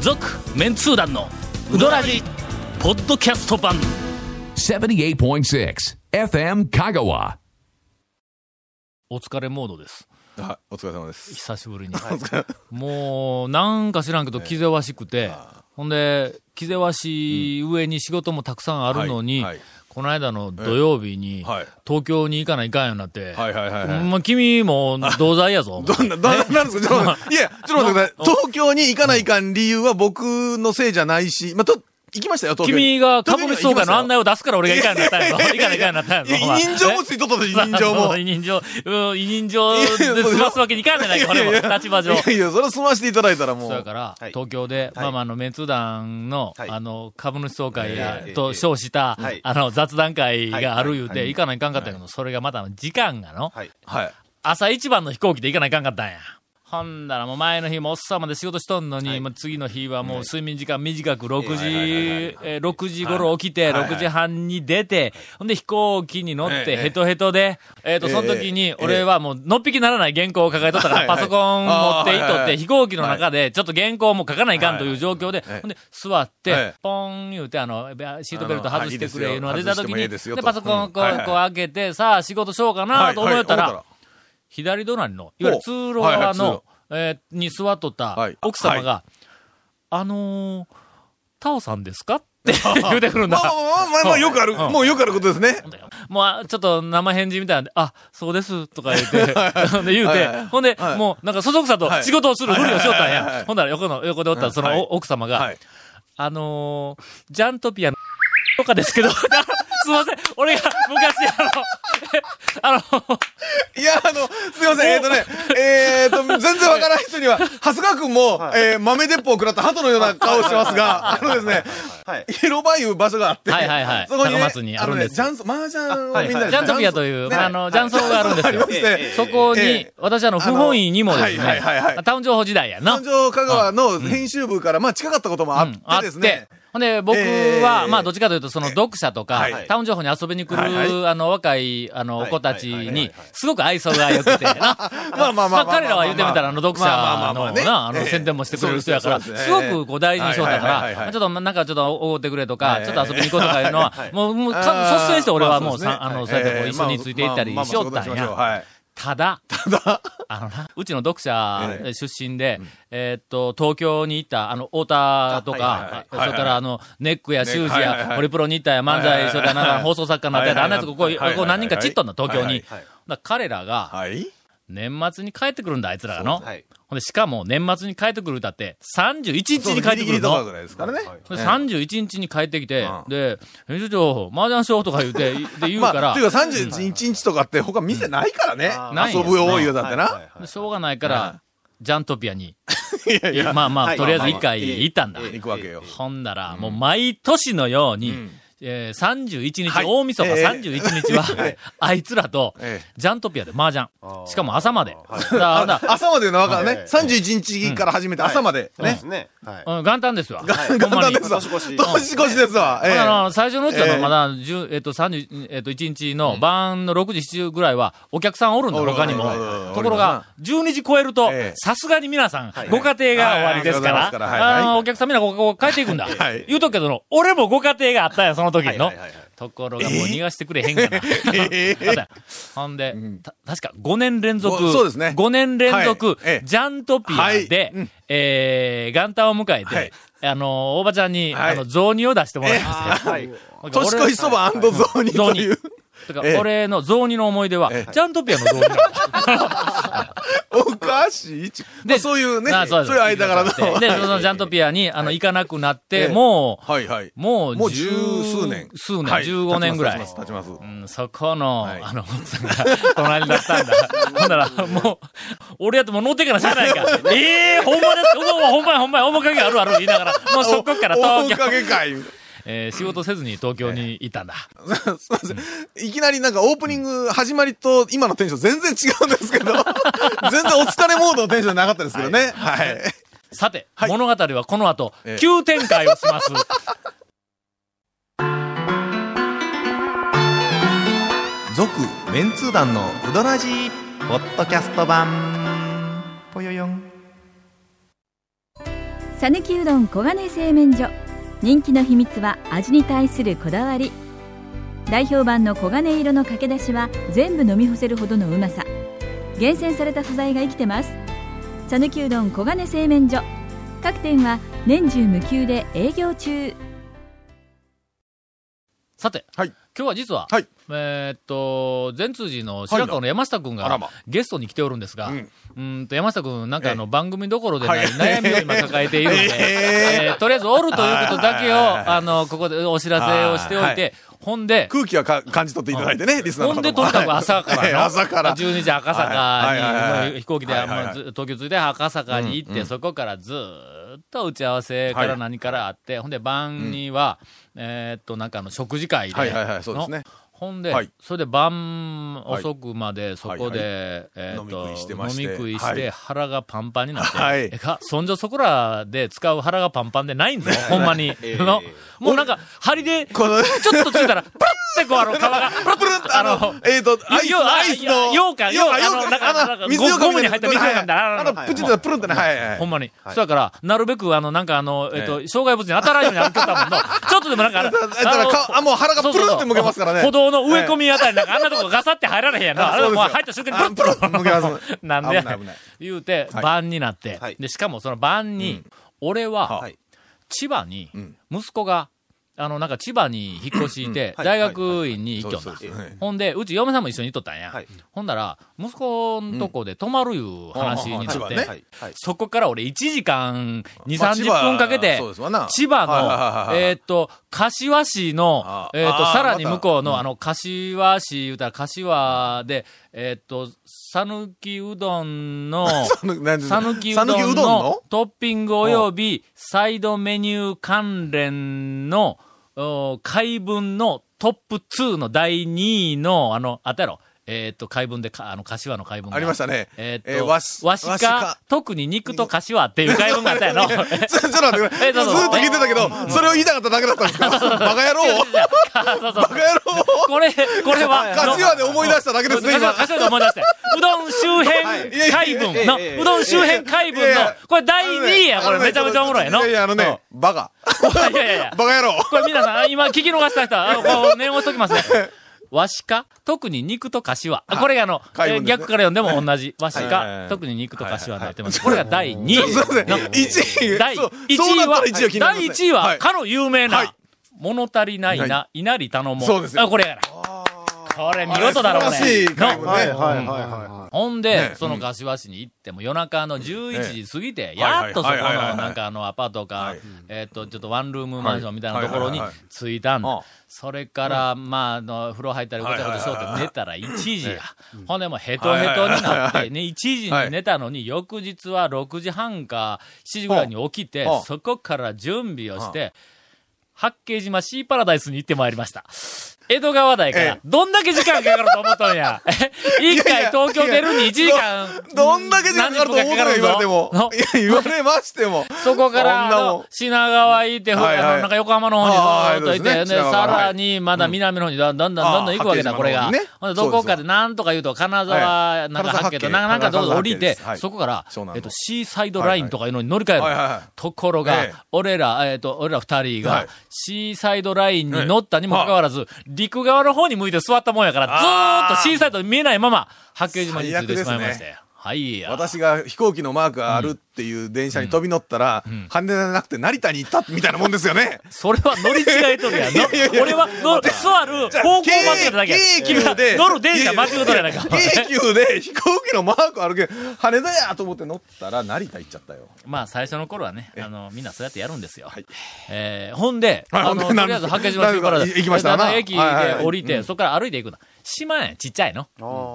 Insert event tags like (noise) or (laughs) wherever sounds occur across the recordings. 続メンツー団のウドラジポッドキャスト版78.6 FM Kagawa. お疲れモードですはい、お疲れ様です。久しぶ (laughs) りにもうなんか知らんけど気ぜわしくてほんで気ぜわしい上に仕事もたくさんあるのに、はいはいこの間の土曜日に、はい東京に行かないかんようになって、はいはいはいはいま君も同罪やぞ。お前 (laughs) どんな、どんな、なんですかちょっと待って、いや、ちょっと待ってください。東京に行かないかん理由は僕のせいじゃないし、まあ、と、行きましたよ、東京に。君が株主総会の案内を。を出すから俺が行かんようになったんやぞ。行かないかんようになったんいやぞやお前。 (laughs) 人情もついと (laughs) ったで、人情も。委任状、うん委任状で済ますわけにいかんじゃないか、俺も、立場上い。やいや、それは済ましていただいたらもう。そやから、はい東京で、はいまあまあ、あの、メンツー団の、はいあの、株主総会や、えええとえ称した、はいあの、雑談会がある言うはいはて、い行かないかんかったけど、それがまた、時間がの、はい。はい。朝一番の飛行機で行かないかんかったんや。ほんだらもう前の日もおっさんまで仕事しとんのに、もう次の日はもう睡眠時間短く6時、えー6時頃起きて、6時半に出て、ほんで飛行機に乗っえてえヘトヘトで、えっと、ええその時えにえ俺はもうのっぴきならない原稿を抱えとったかはら、いはパいソコン持っていあーとっはいはて、い飛行機の中でちょっと原稿も書かないかんという状況で、はいはいほんで座っはてい、ポン言うて、あの、シートベルト外してくれいうのが出た時あのに、いでいですよパソコンをこう外してもいいですよとうんはいはこいう開けて、さあ仕事しようかなと思ったはいはらい思、左隣の、いわゆる通路はいは側い通路の、えーに座っとったはい奥様が、あのー、タオさんですかっ (laughs) て言うてくるんまあまだ。あまあまあ、よくある、もうよくあることですね。もうあ、ちょっと生返事みたいなんで、あ、そうです、とか言 (laughs) って、ほんで言うはいてはい、ほんでは、いもう、なんか、そそくさとはい仕事をするふりをしよったんはいはいはいはやい。ほんだら、横の、横でおったそのお奥様はがい、。あのー、ジャントピアの (laughs) とかですけど、す (laughs) いません、俺が昔、あの、あの、いや、あの、すいません、えっ、とね、えっ、と、全然わからない人 (laughs) には、長谷川くんも、えー豆鉄砲を食らった鳩のような顔をしてますが、あのですね、はい。広場いう場所があって、はいはいはいそこに、ね、高松にあるんですのね、ジャンソ、麻雀をみんなで、ジャントピアとう。いう、ねあの、ジャンソーがあるんですよ。ありますねそこに、ええ私あの、不本意にもですね、はいはいはいはいタウン情報時代やな。本庄香川の編集部から、まあ近かったこともあうんあっってですね。ほんで、僕は、ええまあ、どっちかというと、その、読者とか、はいタウン情報に遊びに来る、はいはあの、若い、あの、はい子たちはいはいはいにはい、すごく愛想が良くて、な。 (laughs) まあまあまあまあまあまあ彼らは言ってみたら、あの、読者まあまあまあまのあねな、あえの、え宣伝もしてくれる人やから、そすうですねごそうですねく、こう、大事にしようだかはいはいはいら、はいちょっと、なんか、ちょっと、おごってくれとかは、いちょっと遊びに行こうとかいうのははいは、いもう、もう、かあー率先して俺はもう、まあさあその、うでそうやすねってこう一緒についていったりしよったんまあまあまあそういうことにしましょうや。はい。ただ、あのな、うちの読者え出身で、えーっと、東京に行った、あの、太田とあか、はいそはいはいれからあの、ネックやネ修は二いはいやは、いホリプロに行ったや、漫はいはい才、はいそれからなんか放送作家になったや、はいあはんないはいやつここ、こはいはいはこい何人か散っとんの、東京に。はいだから彼らが、はい。年末に帰ってくるんだ、あいつらがの。はい。ほんで、しかも、年末に帰ってくるだって、31日に帰ってくるとかのぐ。らいですからね。で31日に帰ってきてうん、で、編集長、麻雀しようとか言う (laughs) て、いで言うまからあ、というか31日とかって他店ないからねうん。ない遊ぶ多いよだってはいはいな。はいでしょうがないから、ジャントピアに、いやいや、まあまはあ、いとりあえずまあ一まあ回行ったんだ。行くわけよ。ほんだら、もう毎年のように、えー31日、大晦日ええ31日は、あいつらと、えジャントピアで麻雀あ。ーしかも朝まで。はいだからだから朝までのわからはね。い31日から始めて朝まで。そうでねす。ね。はい。うん元旦ですわ。がほん元ま旦にで。すわ。年越し年越しですわ。えほえんなら最初のうちはええまだ、じゅえっと、30、えっと、1日の晩の6時、7時ぐらいは、お客さんおるんだ、おる他にもおるおるお。とるころが、12時超えるとええ、さすがに皆さん、ご家庭が終わりですかはいらはいはいはいはいあの、お客さんみんなここ帰っていくんだはい。言うとくけどの、俺もご家庭があったよ、その時はいのはいはいはい。ところがもう逃がしてくれへんか (laughs) な。だってほんで、た確か5年連続、ごそうですね5年連続はい、ええジャントピアはいでうん、えー元旦を迎えはいて、あの、おばちゃんに、はいあの、雑煮を出してもらいました。あーはい。年越しそば雑煮という。だかええら俺の雑煮の思い出は、ジええャントピアの雑 (laughs) 煮なんだ。お菓子まあそういうね、あそういう間柄の。で、そのジャントピアに、あの、行かなくなって、ええもう、はいはい。もう、もう十数年。数年、はい15年ぐらい。経ちます。経ちますうんそこの、はいあの、奥さんが、隣だったんだ。 (laughs) ほんなら、もう、俺やってもう乗ってからしゃあないから。 (laughs) ええほんまですほんま、ほんまや、ほんまや、面影あるある言いながら、もうそこから東 (laughs) 面影京、かい。えー仕事せずに東京にいたんだ。すいません。いきなりなんかオープニング始まりと今のテンション全然違うんです (laughs) けど、全然お疲れモードのテンションなかったですけどね。はい。さて、はい物語はこの後、ええ急展開をし (laughs) ます。続、メンツー団のうどらじポッドキャスト版。ぽよよん。讃岐うどん小金製麺所人気の秘密は味に対するこだわり代表版の黄金色のかけだしは全部飲み干せるほどのうまさ厳選された素材が生きてます讃岐うどん黄金製麺所各店は年中無休で営業中さて、はい今日は実は、はいえーっと、前通寺の白川の山下君あらがまゲストに来ておるんですが、ううんーんと山下君、なんかあの、え番組どころでないはい悩みを今抱えているので、 (laughs) ええーとりあえずおるということだけはいはいはいはいを、あの、ここでお知らせをしておいて、ほんで、空気はか感じ取っていただいてね、リスナーほのん方で、とにかく朝からの、朝から。 12時赤はいはいはい坂はいに、飛行機で、はいはいはいまあず東京着いて赤坂に行って、そこからずーっと打ち合わせから何からあって、ほんで、晩には、えーっと、なんかあの、食事会で、はいはいはい、そうですね。ほんで、はいそれで晩はい遅くまでそこで、えーっ飲み食いしてまと、して飲み食いしては腹がパンパンになって、はいえか、そんじょそこらで使う腹がパンパンでないんだよ、ほんまに。のもうなんか、針で、ちこの、ょっとついたら、プルッってこう、あの、皮が、プルップルンと、あの、えっと、アイスようの、アイスの、ようかんようかんようあのかんなんかなんかあの、水ようかんゴムに入った水ようかんだはいはいああのの、プチッとプルンってね、はいはい。ほんまに。はいそやから、なるべく、あの、なんかあの、えっ、と、障害物に当たらんように歩けたもんの、ちょっとでもなんかあの、だだからあのかあもう腹がプルンってそうそうそう向けますからね歩道の植え込みあたり、なんかあんなとこガサって入られへんやんな。ああれそうもうですよ入った瞬間にプルンプルン。あプルン向けますなんで危ない危ない、言うて、はい晩になって、はいで、しかもその晩に、俺は、千葉にん、息子が、あの、なんか千葉に引っ越して、はい大学院に行きよっそたう。ですそうですほんで、うち嫁さんも一緒に行っとったんや。ほんなら、息子のとこで泊まるいう話になって、うんうんうん千葉ねそこから俺1時間2、まあ30分かけて千葉そう、ですわな。千葉はいはいはいの、はいえーっと、柏市のあ、えーっと、あーさらにまた向こうの、あの、柏市、言うたら柏で、えーっと、さぬきうどん (laughs) の、ささぬきうさぬきどうんどんののトッピングおよびサイドメニュー関連の、お解文のトップ2の第2位の、あの、あったやろ。えーっと、解文でか、あの、柏の解文がありましたね。えーっと、えーわしわしかわしか特に肉と柏っていう解文があったやろ。 (laughs) ちょちょっと待ってくだ (laughs) さえい。どずうっぞと聞いてたけど、それを言いたかっただけだったんで (laughs) すかバカ野郎そうそうバカ野郎これ、これは、柏で思い出しただけですね、今。柏で思い出して。うどん周辺解文の、うどん周辺解文の、これ第2位や、これめちゃめちゃおもろいの。いやいや、あのね、バカ。そう。いやいやいや。バカ野郎 (laughs) これ皆さん、今聞き逃した人は、あのこう念を押しときますね。わしか、特に肉と柏。あこれがあの、解え文ーですね逆から読んでも同じ。わしはいはいはか、い特に肉と柏になってます。これが第2位。 (laughs) すいません。の1位。第そう1そうな位ったは、ら一位は気になりま第せん1位は、いかの有名はない、物足りないなは、稲荷頼もう。そうですよあ、これやな。これ見事だろうね。素晴らしい回ものね。ほんねで、その柏市に行っても夜中の11時過ぎて、えやっとそこのはいはいはいはいはいなんかあのアパートかはい、えっと、ちょっとワンルームマンションみたいなところにはいはいはい着いたんあだあ。それから、まあ、あの、風呂入ったりごちゃごちゃしようって寝たら1時や。ほんでもうヘトヘトになって、ね、1時に寝たのに翌日は6時半か7時ぐらいに起きては、あそこから準備をして、八景島シーパラダイスに行ってまいりました。江戸川台かえらえ、どんだけ時間かかると思ったん (laughs) や。え一回東京出るに1時間。どんだけ時間かかると思うから言われてもの。 (laughs) いや、言われましても。そこから、あそんなものん品川行って、ふはいはいあのなんか横浜の方にずーっと行って、あーはいそうですねで品さ川らにまだ南の方にだんだんだんだんだん行くわけだ、あーこれが八景島の方にね。ほんでどこかでなんとか言うと、金は沢、ないんか金八沢景と、八景なんかどうぞ降金り沢八景でてすは、いそこから湘南、のえっと、シーサイドラインとかいうのに乗り換はいはいえはるい。ところええが、俺ら、えっと、俺ら二人はがい、シーサイドラインに乗ったにもかかわらず、陸側の方に向いて座ったもんやから、ずーっとシーサイド見えないまま、八景島に着いてしまいまし最悪ですて。はいや。私が飛行機のマークがあるっていう電車に飛び乗ったら、羽田じゃなくて成田に行ったみたいなもんです (laughs) よね。それは乗り違えとるやん。の俺はの座るじゃあ方向間違えただけや。京京急で。乗る電車間違えとるやないか。京急で飛行機のマークあるけど、羽田やと思って乗ったら成田行っちゃったよ。 (laughs) まあ、最初の頃はね、あの、みんなそうやってやるんですよ。はいえーほんで、はいあほの、んでとりあえず、八景島中からなんか行きましたなであの駅ではいはい降りて、うんそこから歩いていくの。島やん、ちっちゃいの。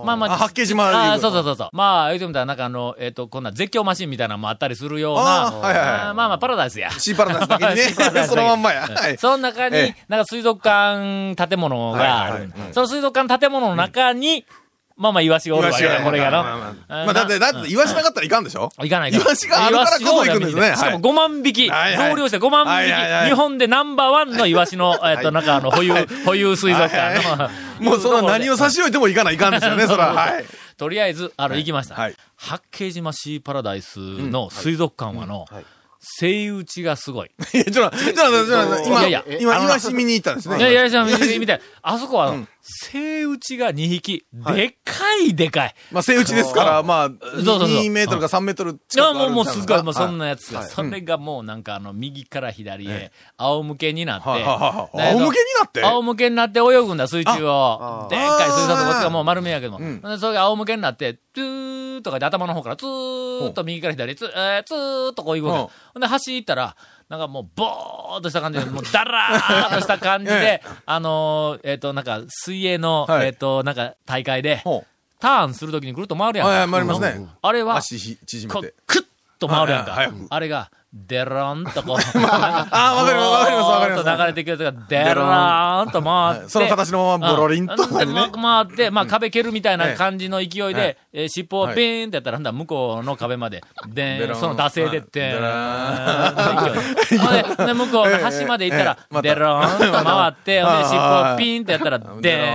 まあまあ八景島あ行あ、くそうそうそうそう。まあ、言うてみたら、なんかあの、えっ、と、こんな絶叫マシンみたいなのもあったりするような、あーはいはいはいあーまあまあ、パラダイスや。シーパラダイスだけにシーパラダイね。スそのまんまや。うんはい。 (laughs) その中に、えなんか水族館建物があるんだはいはいはいうその水族館建物の中に、まあまあ、イワシがおるわけだ、これがの。まあまあまあうんまあだって、なだって、イワシなかったらいかんでしょ行かないから。イワシがあるからこそ行くんですねイワシをしかはもい5万匹、はいはい増量して5万匹、はいはいはい日本でナンバーワンのイワシの、えっと、なんかあの、保有、保有水族館の。はもうそんな何を差し置いてもいかないかんですよね、そら。はい。とりあえず、あの、行きましたはい。八景島シーパラダイスの水族館はの、セイウチがすごい。いや、ちょっと、ちょっと、ちょっと、今、いやいや今、あの今し見に行ったんですね。いやいや、じゃあ、 (laughs) 見て、あそこはあのうん、セイウチが2匹。はいでっかいでかい。まあ、背打ちですから、まあ、うそうそう2メートルか3メートルい近くや、あるもう、もう、んじゃすなごい、でもう、そんなやつが。はいそれがもう、なんか、あの、右から左へ、仰向けになって、はいはいはいはいで仰向けになって仰向けになって泳ぐんだ、水中あをあ。でっかい水槽とこっちがもう丸めやけども。うんでそれが仰向けになって、トゥーとかで頭の方から、ツーっと右から左へ、ツー、えーツーっとこう行くわけ。うんほんで、走ったら、なんかもう、ぼーっとした感じで、もう、だらーっとした感じ (laughs) で、あのー、えっ、と、なんか、水泳の、はいえっ、と、なんか、大会で、ほターンするときにぐるっと回るやんか。はいはい回りますねうんあれうは、足ひ縮こめうて。、クッと回るやんはいかはいはい。あれが、デロン (laughs) とこう。あーわかりますわかりますわかりますぼーっと流れてくるやつが、デローンと回っはて。いその形のままボロリンとうんでねま回って、まあ壁蹴るみたいな感じの勢いはでい、えー尻尾をピーンってやったら、ほんだら向こうの壁まで、でデロンその惰性で、はいでデローンほんで、で向こうの端まで行ったええ (laughs) ええら、またデローンと回って、ほんであー尻尾をピーンってやったら、ロンで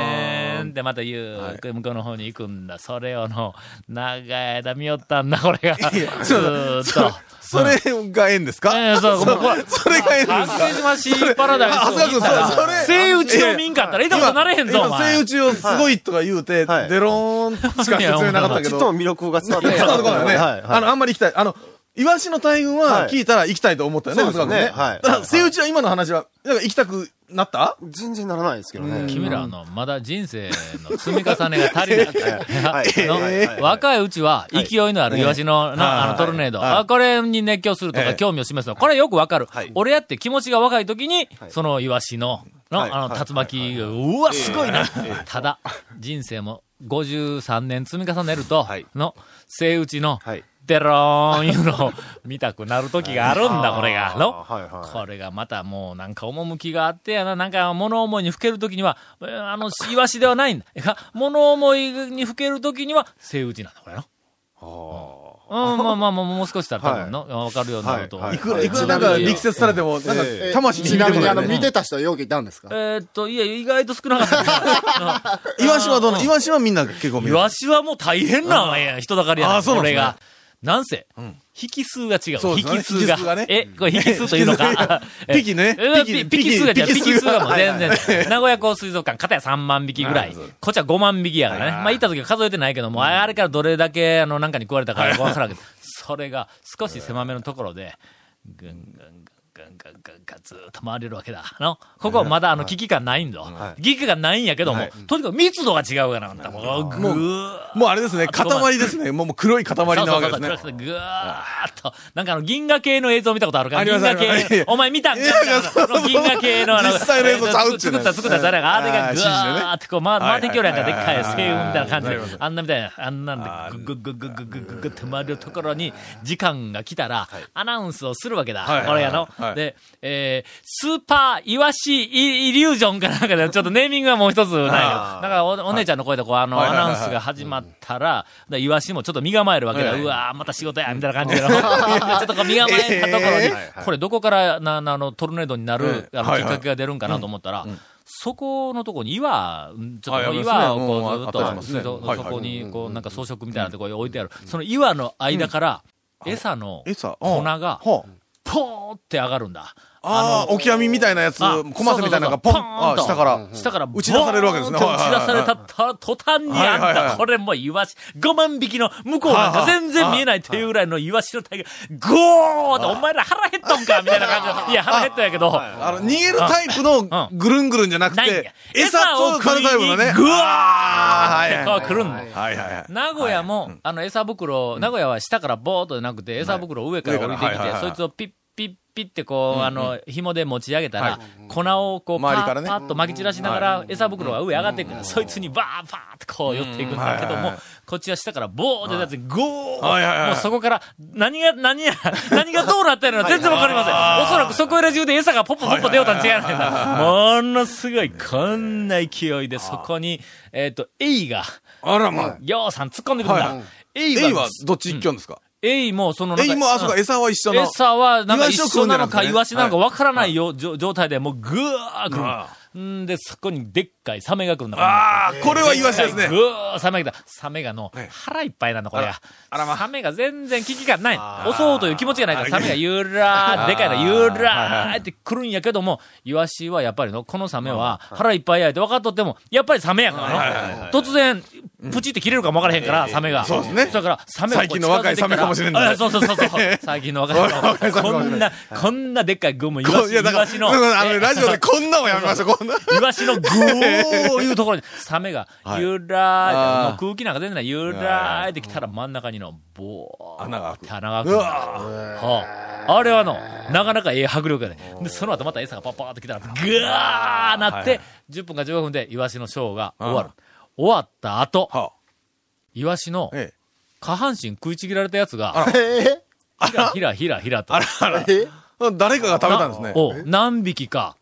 ーンってまたゆっくり向こうの方に行くんだ。それをの、長い間見よったんだ、これが。ずやそうーっと。それが縁ですかええそうもうこれそれが縁八ですか景島シーパラダイスあを見たそうそうら、それセイウチの民家やったら、いたことなれへんぞ、お今、前。セイ打ちをすごいとか言うて、はいデローンしか説明なかったけちょど。っと魅力が伝わってそうそうそうだよね。はいはいあの、あんまり行きたい。あの、イワシの大群ははい聞いたら行きたいと思ったよね、そうですよね松川君はいたはだ、いセイ打ちは今の話は、なんか行きたくなった全然ならないですけどね。君ら、あの、まだ人生の積み重ねが足りない。 (laughs) はいあのはいはい若いうちは、勢いのあるイワシの、なあの、はいトルネード。はいあこれに熱狂するとえか、え興味を示すの。これよくわかるはい。俺やって気持ちが若い時には、いそのイワシの、の、はいあはの、い竜巻が、うわ、すごいな。ただ、人生も53年積み重ねるとはい、の、セイウチのはい、デローンいうのを見たくなる時があるんだ、これが。のはいはいこれがまたもうなんか趣があってやな、なんか物思いにふけるときには、えーあの、イワシではないんだ。えか物思いにふけるときには、セイウチなんだ、これな。 (laughs) うん、まあまあまあ、もう少ししたら多分の、わかるようになると。はいはいいくら、いくらなんか力説されても、なんかええ魂に響いちなてみこに、なあいよの、ね。見てた人はよういたんですかえーっと、いや、意外と少なかった。 (laughs) イワシはどうなのイワシはみんな結構見イる。ワシはもう大変な、えー人だかりやあーそうこなんですれねが。なんせ、引数が違う。そうですね引数が。引数がねえ、これ引数というの引数がか。 (laughs) えピキねえピキピピキ数が違う。ピピキキ数がもうはいは全い然。名古屋港水族館、片や3万匹ぐらはいいそう。こっちは5万匹やからね。はいまあ行った時は数えてないけども、あれからどれだけ、あの、なんかに食われたかわからんけど、それが少し狭めのところで、ぐんぐんぐんぐんぐんぐんずーっと回れるわけだ。あの、ここはまだあの危機感ないんだ。危機感ないんやけども、とにかく密度が違うからなんだ。もうぐーもうあれですね、塊ですね。もうもう黒い塊なわけですねそう。そうそうぐわーっと。なんかあの、銀河系の映像見たことあるかあり銀ます河あります系。お前見たんかいやいやそうそう銀河系のあの、実際の映像ちゃうっちゅう作ねった作った誰が、あれがあーぐ指示でねわーってこう、ま、はい回ってきよるやんか、でっかいはい星雲みたいな感じでなります、あんなみたいな、あんなんで、ぐぐぐぐぐぐぐぐって回るところに、時間が来たら、アナウンスをするわけだはい。これやのは。いで、えー、スーパーイワシイイリュージョンかなんかで、ちょっとネーミングがもう一つないよ。だからお、お姉ちゃんの声でこう、あの、はいアはいはいナはウいンスが始まったら、だイワシもちょっと身構えるわけだ。はいうわーまた仕事や、みたいな感 (laughs) じで。ちょっとこう身構えたところに、これどこからな、なあの、トルネードになる、ええあの、はきいっはいかけが出るんかなと思ったら、そこのとこに岩、うんちょっとこうはい岩をこうずっありますねもうあったりと、しますねそはいそはいこに、こう、なんか装飾みたいなところに置いてある。その岩の間から、餌の餌粉が、ほうポーって上がるんだ。ああ、オキアミみたいなやつ、あコマセみたいなのがポンそうそうそうあ下から。下から打ち出されるわけですねボーンと打ち出されはいはいはたい途端にはいはいはいあんた、これもうイワシ、5万匹の向こうなんか全然見えないっていうぐらいのイワシの大群、ゴーってお前ら腹減っとんかみたいな感じで。いや、腹減ったんやけど、あの、逃げるタイプのぐるんぐるんじゃなくないんやて。、餌と食狩いるタイプのね。ぐわーってこあーはいはいう来るんだ。はいはいはい。名古屋も、あの、餌袋、名古屋は下からボーっとじゃなくて、餌袋を上から降りてきて、上からはいはいはいそいつをピッピッピッってこう、あの、紐で持ち上げたら、はい粉をこう、パ周りーからッ、ねパッと撒き散らしながら、餌袋が上上がっていくから、そいつにバーパーってこう寄っていくんだけどうんうんはいはいもはい、こっちは下からボーってやつにゴーはいはいはいもうそこから、何が、何や、何がどうなってるのか全然わかりません。おそらくそこら中で餌がポッポポッポ出ようとは違いないんだ。ものすごい、こんな勢いで、そこに、えっと、エイが、あらまあ。ぎょうさん突っ込んでくるんだ。はエエイイはは、どっち一挙ですかエイもそのなんエか、イも、あ、そうか、うん餌は一緒の。餌はなんかイワシ一を食緒うんじなゃのなくてか、ねイワシなのかわからないよ、じょ状態でもうぐわーくる。んで、そこにでっかいサメが来るんだああ、これはイワシですね。ぐーサメが来た、サメがのはい、腹いっぱいなんだ、これが。あらまサメが全然危機感ない。襲おうという気持ちがないから、サメがゆらー、でかいな、ゆらーって来るんやけども、イワシはやっぱりの、このサメは腹いっぱいやいて分かっとっても、やっぱりサメやからの。突然、プチって切れるかも分からへんから、サメが。そうですねだから、サメがこう最近の若いサメかもしれんね近づてきたらあそう (laughs) そうそうそう。最近の若いサメ。こんな、こんなでっかいグもイワこシ、ういイや、だから、ワすシいの。ませんあの、ラジオでこんなのやめましょう、こんな。イワシのグーいうところに、サメが、はいゆらーあって、ー空気なんか出てない、ゆらーって来たら真ん中にの、ぼー穴が開くって穴がう開く。わはあ、あれはの、なかなかええ迫力やね。で、その後また餌がパッパーって来たら、ぐわーなって、10分か15分でイワシのショーが終わる。終わった後、はイワシのあ、ええ。下半身食いちぎられたやつが、えひらひらひらひらと。あらあら。え誰かが食べたんですねな。おう何匹か、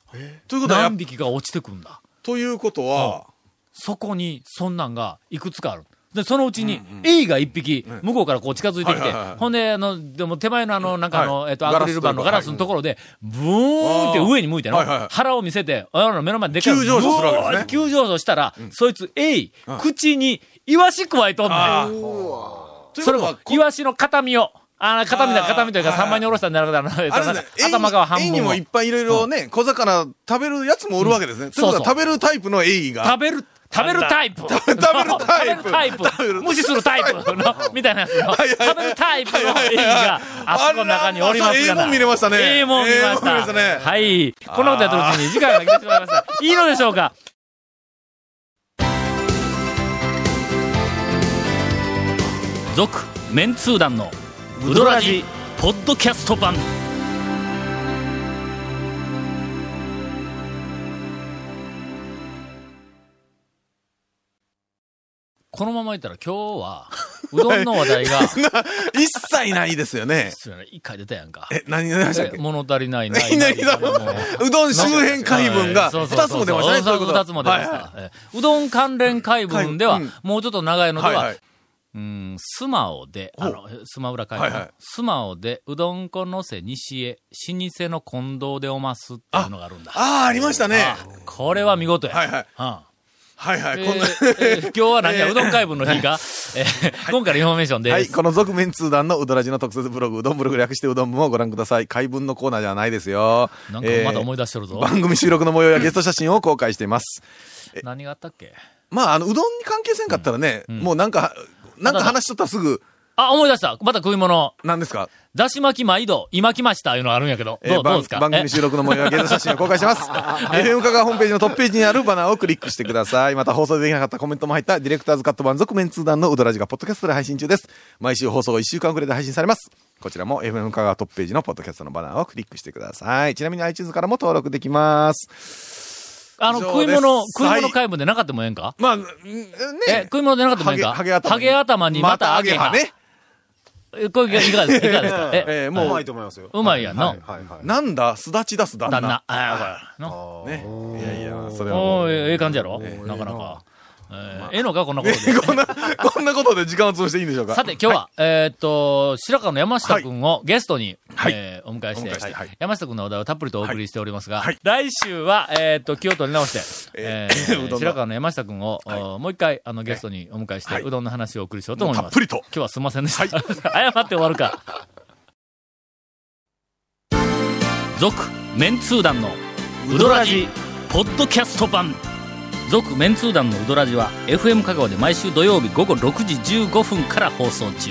ということは、やっ何匹か落ちてくんだ。ということは、そこに、そんなんが、いくつかある。で、そのうちに、エイが一匹、向こうからこう近づいてきはていはいは、いほんで、あの、でも手前のあの、なんかあの、はいえっと、アクリル板のガガララススののとところで、ブーンって上に向いての、はいはいはい腹を見せて、あの、目の前ででっかい急上昇するわけですねブワーって急上昇したら、そいつ、エイ、口に、イワシ加えとんあねん。あというそれこともは、、イワシの片身を、あの、片身だ、あー片身というか、はいはい三枚におろしたんじゃなくて、あのあなれんでかすね、頭側半エイ分にをもいっぱいいろいろね、小魚食べるやつもおるわけですね。ということそは、う食べるタイプのエイが。食べる、食べるタイプ。食べべるタイプ食べるタイプ食べる無視するタイプの、みたいなやつの、はいはい食べるタイプのエイが、あそこの中におりますから。あらまあそれええもん見れましたねええもん見ました。ええもん見れましたねはい。こんなことやってるうちに時間が来てしまいました。いいのでしょうか続、メンツー団の、ウドラジ、ポッドキャスト版。このままいったら今日は、うどんの話題が、一切ないですよね。失礼な、一回出たやんか。え、何が出ましたっけ物足りないな。いないだろ今 (laughs) のうどん周辺解文がそう2そうそうつも出ましたね。そうというそこうと2つも出ましはいはいた。ええうどん関連解文では解文、もうちょっと長いのではいは、はいうん、スマオで、あの、スマウラ解はいは文い。スマオで、うどんこのせ西へ、老舗の近藤でおますっていうのがあるんだ。ああ、ありましたね。あこれは見事や。はいはいうんはいはえい。ーこんな。 (laughs) えー今日は何や、うどん解文の日か。えー今回のインフォメーションはでい。す。この続面通談のうどらじの特設ブログ、うどんブログ略してうどん部もご覧ください。解文のコーナーじゃないですよ。なんかまだ思い出してるえーぞ。番組収録の模様やゲスト写真を公開しています。何があったっけまあ、あの、うどんに関係せんかったらね、もうなんか、なんか話しとったらすぐ、あ、思い出した。また食い物。何ですかだし巻き毎度、今来ました、いうのあるんやけど。えーどう、番どうですか番え組収録の模様やゲート写真を公開してます。FM (laughs) 香川ホームページのトップページにあるバナーをクリックしてください。また放送できなかったコメントも入ったディレクターズカット版続面通談のうどラジがポッドキャストで配信中です。毎週放送1週間くらいで配信されます。こちらも FM 香川トップページのポッドキャストのバナーをクリックしてください。ちなみに iTunes からも登録できます。あの、以上食いで物、す食い物解文でなかったもええんかまあ、ねえ、食い物でなかったもハええんゲ、かハゲ頭頭に。にまた揚げま葉。ね。えこれいかがですかいかが (laughs) ですかえ、えーもうも、まいうと思いますよ。うまいやんのはいはいはい。なんだ、すだち出す旦那。旦那。ああ、これ。の。ね。いやいや、それはもおう。ーええええ感じやろなかなか。えーええのかこんなことで。 (laughs) こんな、こんなことで時間を潰していいんでしょうか。さて、今日は、えーっと、白川の山下くんをゲストに、はいえーお迎えして、お迎えしてはい山下くんのお題をたっぷりとお送りしておりますが、はい来週は、えーっと、気を取り直して、え (laughs) えーうどんの白川の山下くんを、はいおもう一回、あの、ゲストにお迎えして、はいうどんの話をお送りしようと思います。もうたっぷりと今日はすみませんでした。謝って終わるか。続、メンツー団の、ウドラジ、ポッドキャスト版。続メンツー団のウドラジは FM 香川で毎週土曜日午後6時15分から放送中